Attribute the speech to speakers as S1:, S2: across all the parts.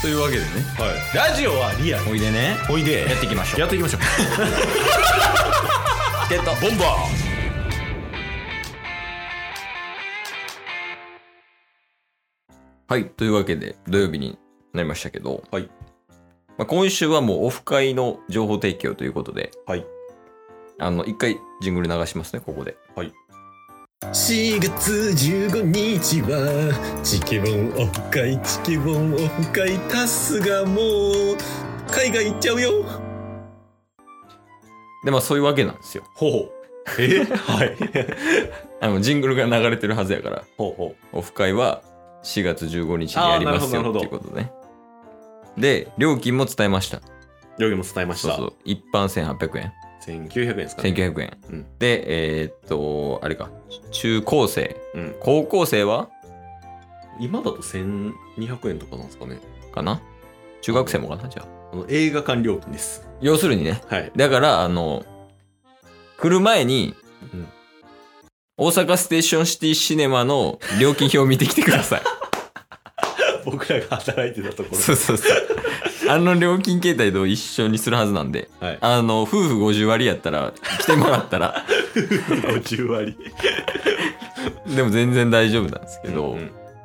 S1: というわけでね
S2: はい、ラジオはリアル
S1: おいでね
S2: おいで
S1: やっていきましょう
S2: やって いきましょう
S1: ってた
S2: ボンバ
S1: はいというわけで土曜日になりましたけど、
S2: はい
S1: まあ、今週はもうオフ会の情報提供ということで
S2: ーはい
S1: あの一回ジングル流しますねここで
S3: 4月15日はチケボンオフ会チケボンオフ会タスがもう海外行っちゃうよ
S1: でまあそういうわけなんですよ
S2: ほうほうえ はい
S1: あのジングルが流れてるはずやから
S2: ほうほう
S1: オフ会は4月15日にやりますよ
S2: あーなるほど
S1: っていうことねで料金も伝えました
S2: 料理も伝えまし
S1: そう
S2: た
S1: そう一般1800円
S2: 1900円ですかね
S1: 1900円、
S2: うん
S1: でえーっとあれか中高生
S2: うん
S1: 高校生は
S2: 今だと1200円とかなんですかね
S1: かな中学生もかなじゃあ
S2: あの映画館料金です
S1: 要するにね
S2: はい
S1: だからあの来る前に、
S2: うん
S1: 大阪ステーションシティシネマの料金表を見てきてください
S2: 僕らが働いてたとこ
S1: そうそうそうあの料金形態と一緒にするはずなんで
S2: ろはい
S1: あの夫婦50割やったら来てもらったら
S2: 50割
S1: でも全然大丈夫なんですけ
S2: け
S1: ど、
S2: ど、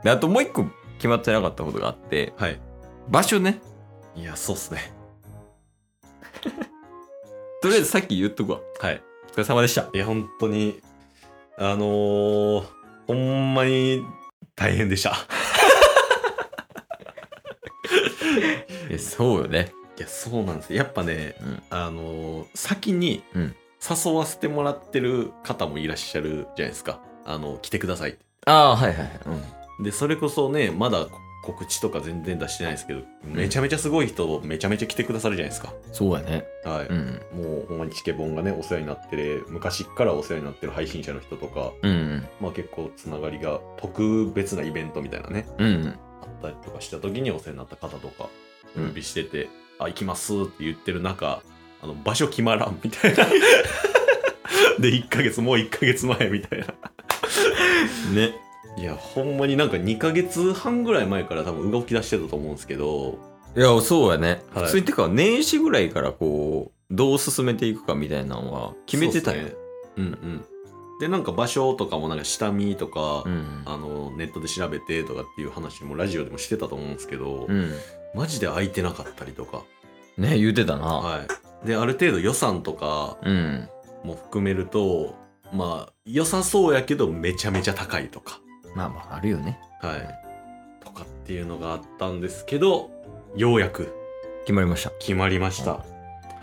S1: であともう一個決まってなかったことがあって
S2: はい
S1: 場所ね
S2: いやそうっすね
S1: とりあえずさっき言っとくわ
S2: はい
S1: お疲れ様でした
S2: いや本当にあのー、ほんまに大変でした
S1: えそうよね
S2: いやそうなんですよやっぱね、
S1: うん
S2: あのー先に
S1: うん
S2: 誘わせてもらってる方もいらっしゃるじゃないですかあの来てくださいって
S1: ああはいはいはい、うん
S2: でそれこそねまだ告知とか全然出してないですけどめちゃめちゃすごい人めちゃめちゃ来てくださるじゃないですか、
S1: そうやね
S2: はい
S1: うん
S2: もうほんまにチケボンがねお世話になってる昔っからお世話になってる配信者の人とか
S1: うん
S2: まあ結構つながりが特別なイベントみたいなね
S1: うんうん
S2: あったりとかした時にお世話になった方とか
S1: う
S2: お
S1: ん
S2: 呼びしてて、あ行きますって言ってる中あの場所決まらんみた いなで1ヶ月もう1ヶ月前みたいな
S1: ね
S2: いやほんまになんか2ヶ月半ぐらい前から多分動き出してたと思うんですけど
S1: いや、そうやね。
S2: はい
S1: 普通にてか、年始ぐらいからこう、どう進めていくかみたいなのは決めてたよ。
S2: そうっすねうんうんでなんか場所とかもなんか下見とか、
S1: うん。
S2: あのネットで調べてとかっていう話もラジオでもしてたと思うんですけど、
S1: うん。
S2: マジで空いてなかったりとか、
S1: ね、言うてたな。
S2: はい、である程度予算とか
S1: うん。
S2: も含めるとまあ良さそうやけどめちゃめちゃ高いとか
S1: まあまあ、あるよね。
S2: はいとかっていうのがあったんですけどようやく
S1: 決まりました。
S2: 決まりました、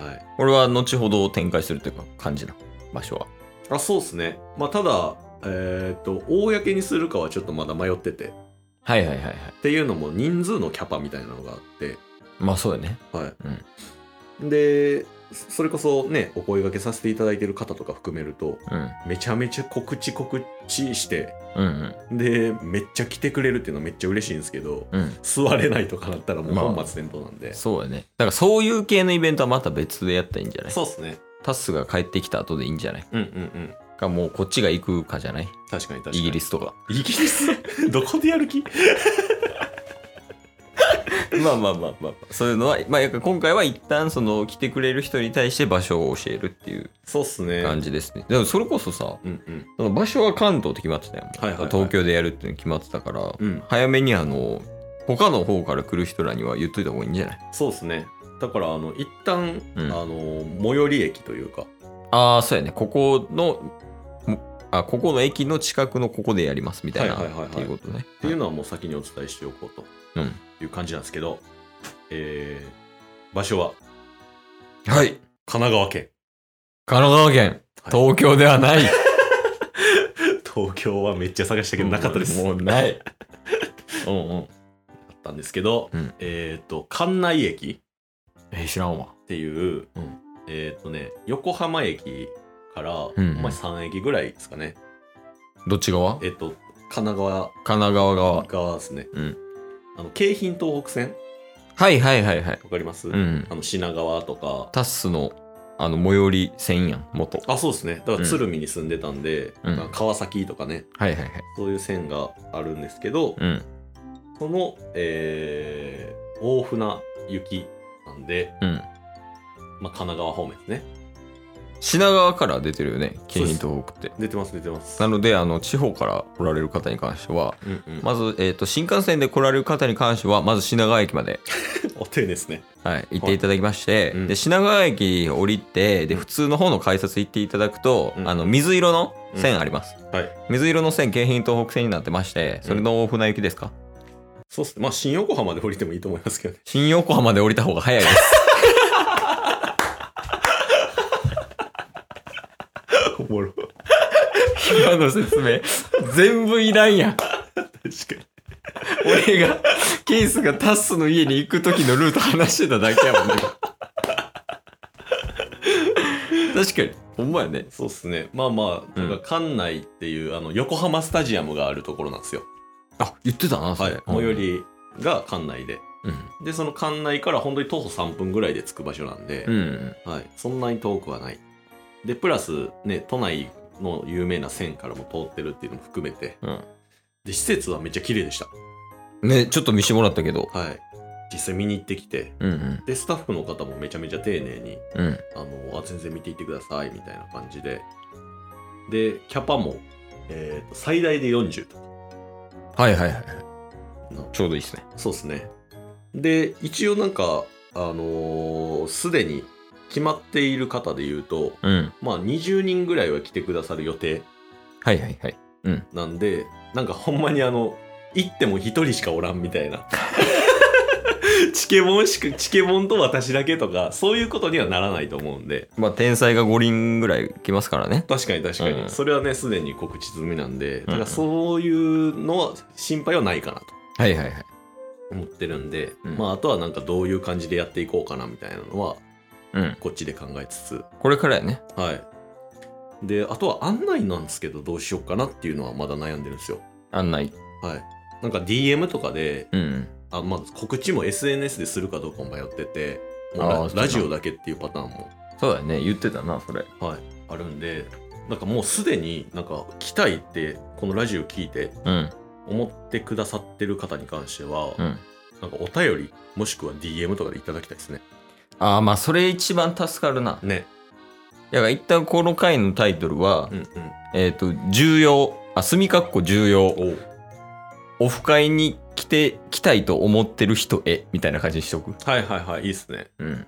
S1: うん
S2: はい
S1: これは後ほど展開するというか、感じな場所は。
S2: あそうですねまあただえっと公にするかはちょっとまだ迷ってて
S1: はいはいはいはい。
S2: っていうのも人数のキャパみたいなのがあって
S1: まあそうやね。
S2: はい、でそれこそねお声掛けさせていただいてる方とか含めると
S1: うん。
S2: めちゃめちゃ告知告知して
S1: うん
S2: でめっちゃ来てくれるっていうのめっちゃ嬉しいんですけど
S1: うん。うん。
S2: 座れないとかなったらもう
S1: まあ
S2: 本末転倒なんで、
S1: そうやね。だからそういう系のイベントはまた別でやったらいいんじゃない
S2: そうっすね
S1: タスが帰ってきた後でいいんじゃない
S2: うんうんうん
S1: か、もうこっちが行くかじゃない
S2: 確かに確かに
S1: イギリ
S2: ス
S1: スとか。
S2: イギリスどこでやる気
S1: まあまあまあまあまあ、 そういうのは、まあ、やっぱ今回は一旦その来てくれる人に対して場所を教えるっていう
S2: そうっすね
S1: 感じですね。でもそれこそさ、
S2: うんうん
S1: その場所は関東って決まってたよ、
S2: はいはいはい
S1: 東京でやるっていうの決まってたから、
S2: うん
S1: 早めにあの、他の方から来る人らには言っといた方がいいんじゃない
S2: そうっすねだからあの一旦、
S1: うん
S2: あの最寄り駅というか
S1: ああ、そうやね。ここの、もあ、ここの駅の近くのここでやりますみたいな、
S2: はいはいはいはい
S1: っていうことね。
S2: っていうのはもう先にお伝えしておこうと
S1: うん。
S2: いう感じなんですけど、えー、場所は
S1: はい。神
S2: 神奈川県
S1: 奈川県、
S2: はい
S1: 東京ではない。
S2: 東京はめっちゃ探したけどなかったです
S1: もうない。うんうん。
S2: あったんですけど、
S1: うん
S2: えっ、と関内駅
S1: えー知らんわ。
S2: っていう、
S1: うん
S2: えっ、とね横浜駅から、
S1: んうん
S2: まあ3駅ぐらいですかね
S1: どっち側
S2: えっ、と神奈川
S1: 神奈川側。
S2: 側ですね、
S1: うん
S2: あの京浜東北線
S1: はいはいはいはい。
S2: わかります、
S1: うん。
S2: あの品川とか
S1: タッスの、あの、最寄り線やん、元。
S2: あそうですねだから鶴見に住んでたんで、
S1: うん
S2: まあ川崎とかね
S1: はいはいはい。
S2: そういう線があるんですけど、
S1: うん。
S2: その、えー大船雪なんで、
S1: うん。
S2: まあ、神奈川方面ですね。
S1: 品川から出てるよね、京浜東北って。
S2: 出てます、出てます。
S1: なので、あの、地方から来られる方に関しては、
S2: うんうん
S1: まず、えっ、と、新幹線で来られる方に関しては、まず品川駅まで、
S2: お丁寧ですね。
S1: はい、行っていただきまして、
S2: うん
S1: で、品川駅降りて、で、
S2: うん
S1: 普通の方の改札行っていただくと、
S2: うん
S1: あの、水色の線あります。
S2: はい。
S1: 水色の線、京浜東北線になってまして、それの大船行きですか、
S2: そうっすね。まあ、新横浜で降りてもいいと思いますけどね。
S1: 新横浜で降りた方が早いです。
S2: おもろ。確
S1: 今の説明、全部いらんやん。
S2: かに。
S1: 俺が、ケースがタッスの家に行く時のルート話してただけやもんね。確かに。ほんまやね。
S2: そうっすね。まあまあ、
S1: うん
S2: なんか館内っていう、あの、横浜スタジアムがあるところなんですよ。
S1: あ、言ってたな、そ
S2: は
S1: れ。
S2: い。最寄りが館内で。
S1: うん。
S2: で、その館内から本当に徒歩3分ぐらいで着く場所なんで
S1: う、ん。
S2: はい。そんなに遠くはない。で、プラス、ね、都内の有名な線からも通ってるっていうのも含めて、
S1: うん。
S2: で、施設はめっちゃ綺麗でした。
S1: ね、ちょっと見してもらったけど。
S2: はい。実際見に行ってきて、
S1: うんうん。
S2: で、スタッフの方もめちゃめちゃ丁寧に、
S1: うん。
S2: あの、あ全然見ていってください、みたいな感じで。で、キャパも、えーと、最大で40とか
S1: はいはいはい。
S2: の
S1: ちょうどいいですね。
S2: そうですね。で、一応なんか、あのーすでに決まっている方で言うと、
S1: うん。
S2: まあ20人ぐらいは来てくださる予定
S1: はいはいはい。
S2: なんで、なんかほんまにあの、行っても一人しかおらんみたいな。 チケモンしか、チケモンと私だけとか、そういうことにはならないと思うんで、
S1: まあ、天才が5輪ぐらい来ますからね。
S2: 確かに確かに、
S1: うん
S2: それはね、すでに告知済みなんで、だか
S1: うんう
S2: ら
S1: ん
S2: そういうのは心配はないかなと
S1: はいはいはい。
S2: 思ってるんで、
S1: うん
S2: まああとはなんかどういう感じでやっていこうかなみたいなのは、
S1: うん。
S2: こっちで考えつつ、
S1: これからやね。
S2: はい。で、あとは案内なんですけど、どうしようかなっていうのはまだ悩んでるんですよ。
S1: 案内。
S2: はい。なんか DM とかで、
S1: うん。
S2: あまず告知も SNS でするかどうかも迷ってて、もう
S1: あー
S2: ラ
S1: そうだ
S2: ラジオだけっていうパターンも、
S1: そうだね。言ってたな、それ。
S2: はい、あるんで、なんかもうすでになんか来たいって、このラジオ聞いて
S1: うん。
S2: 思ってくださってる方に関しては、
S1: うん。
S2: なんかお便り、もしくは DM とかでいただきたいですね。
S1: ああ、まあ、それ一番助かるな。
S2: ね。
S1: いや、一旦この回のタイトルは、
S2: うんうん。
S1: えっ、と、重要、あ、墨括弧重要、
S2: おう
S1: オフ会に来て、来たいと思ってる人へ、みたいな感じにしとく。
S2: はいはいはい、いいっすね。
S1: うん。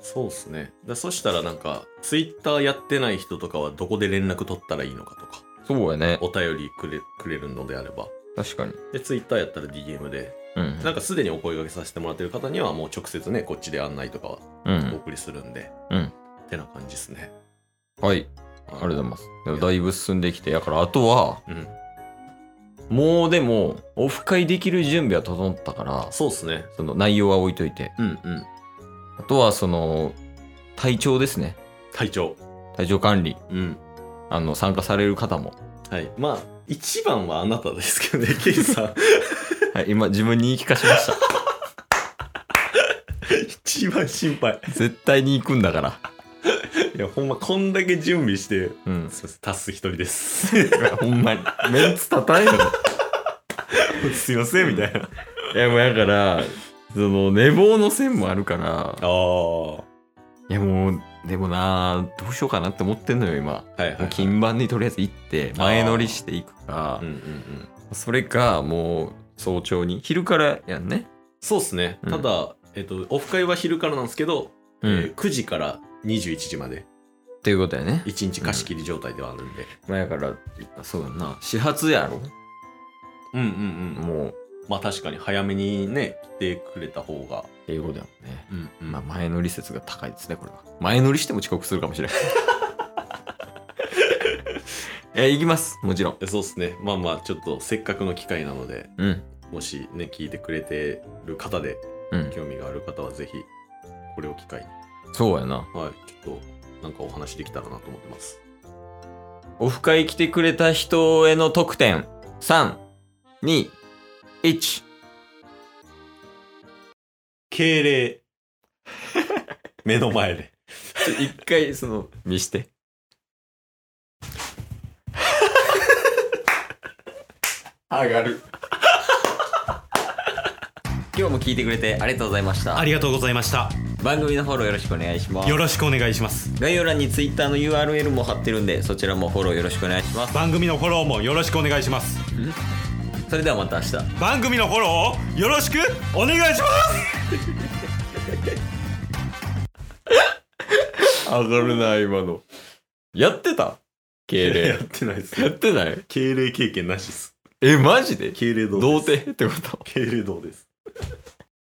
S2: そうですね。だそしたらなんか、ツイッターやってない人とかはどこで連絡取ったらいいのかとか、
S1: そうやね。
S2: お便りくれくれるのであれば。
S1: 確かに。
S2: で、ツイッターやったら DM で、
S1: うん。
S2: なんかすでにお声掛けさせてもらってる方にはもう直接ね、こっちで案内とかは
S1: う
S2: お
S1: ん。
S2: 送りするんで、
S1: うん
S2: ってな感じですね。
S1: はい。ありがとうございます。でもだいぶ進んできて、だからあとは、
S2: うん。
S1: もうでも、オフ会できる準備は整ったから、
S2: そうですね。
S1: その内容は置いといて。
S2: うんうん。
S1: あとは、その、体調ですね。
S2: 体調。
S1: 体調管理。
S2: うん。
S1: あの、参加される方も。
S2: はい。まあ、一番はあなたですけどね、ケイさ ん。
S1: はい、今、自分に言い聞かしました。
S2: 一番心配。
S1: 絶対に行くんだから。
S2: いや、ほんま、こんだけ準備して、
S1: うん。
S2: すいません、タス一人 です。
S1: ほんまに。メンツたたえるの。
S2: すいません、みたいな。
S1: いやもうだから、その寝坊の線もあるから、
S2: ああ。はい
S1: やもう、でもなあ、どうしようかなって思ってんのよ、今。
S2: いはい、
S1: もう金盤にとりあえず行って、前乗りしていくか
S2: うん、うんうん。
S1: それか、もう早朝に、昼からやんね。
S2: そうですね。
S1: うん
S2: ただ、えっと、オフ会は昼からなんですけど、えー9時から21時まで、
S1: っていうことやね。
S2: 1日貸し切り状態ではあるんで。
S1: まあだから、そうやんな、始発やろ。
S2: うんうんうん。
S1: もう、
S2: まあ確かに早めにね、来てくれた方が。
S1: っていうことやもんね。
S2: うんうん
S1: まあ前乗り説が高いですね、これは。前乗りしても遅刻するかもしれ ない。え、行きます、もちろん。
S2: えそうですね。まあまあ、ちょっとせっかくの機会なので、
S1: うん。
S2: もしね、聞いてくれてる方で、
S1: うん。
S2: 興味がある方はぜひ、これを機会に、
S1: そうやな。
S2: はい、ちょっと、なんかお話できたらなと思ってます。
S1: オフ会来てくれた人への得点。3、2、1。
S2: 敬礼。目の前で。
S1: ちょ 一回、その、見して。 上がる。 今日も聞いてくれてありがとうございました
S2: ありがとうございました
S1: 番組のフォローよろしくお願いします
S2: よろしくお願いします
S1: 概要欄に Twitter の URL も貼ってるんでそちらもフォローよろしくお願いします
S2: 番組のフォローもよろしくお願いします
S1: それではまた明日
S2: 番組のフォローをよろしくお願いします
S1: 上がるな今のやってた敬
S4: や っ
S1: 礼
S4: てないです
S1: やってない
S4: 敬礼経験なしです
S1: えマジで
S4: 敬礼堂です
S1: 童貞ってこと
S4: 敬礼堂です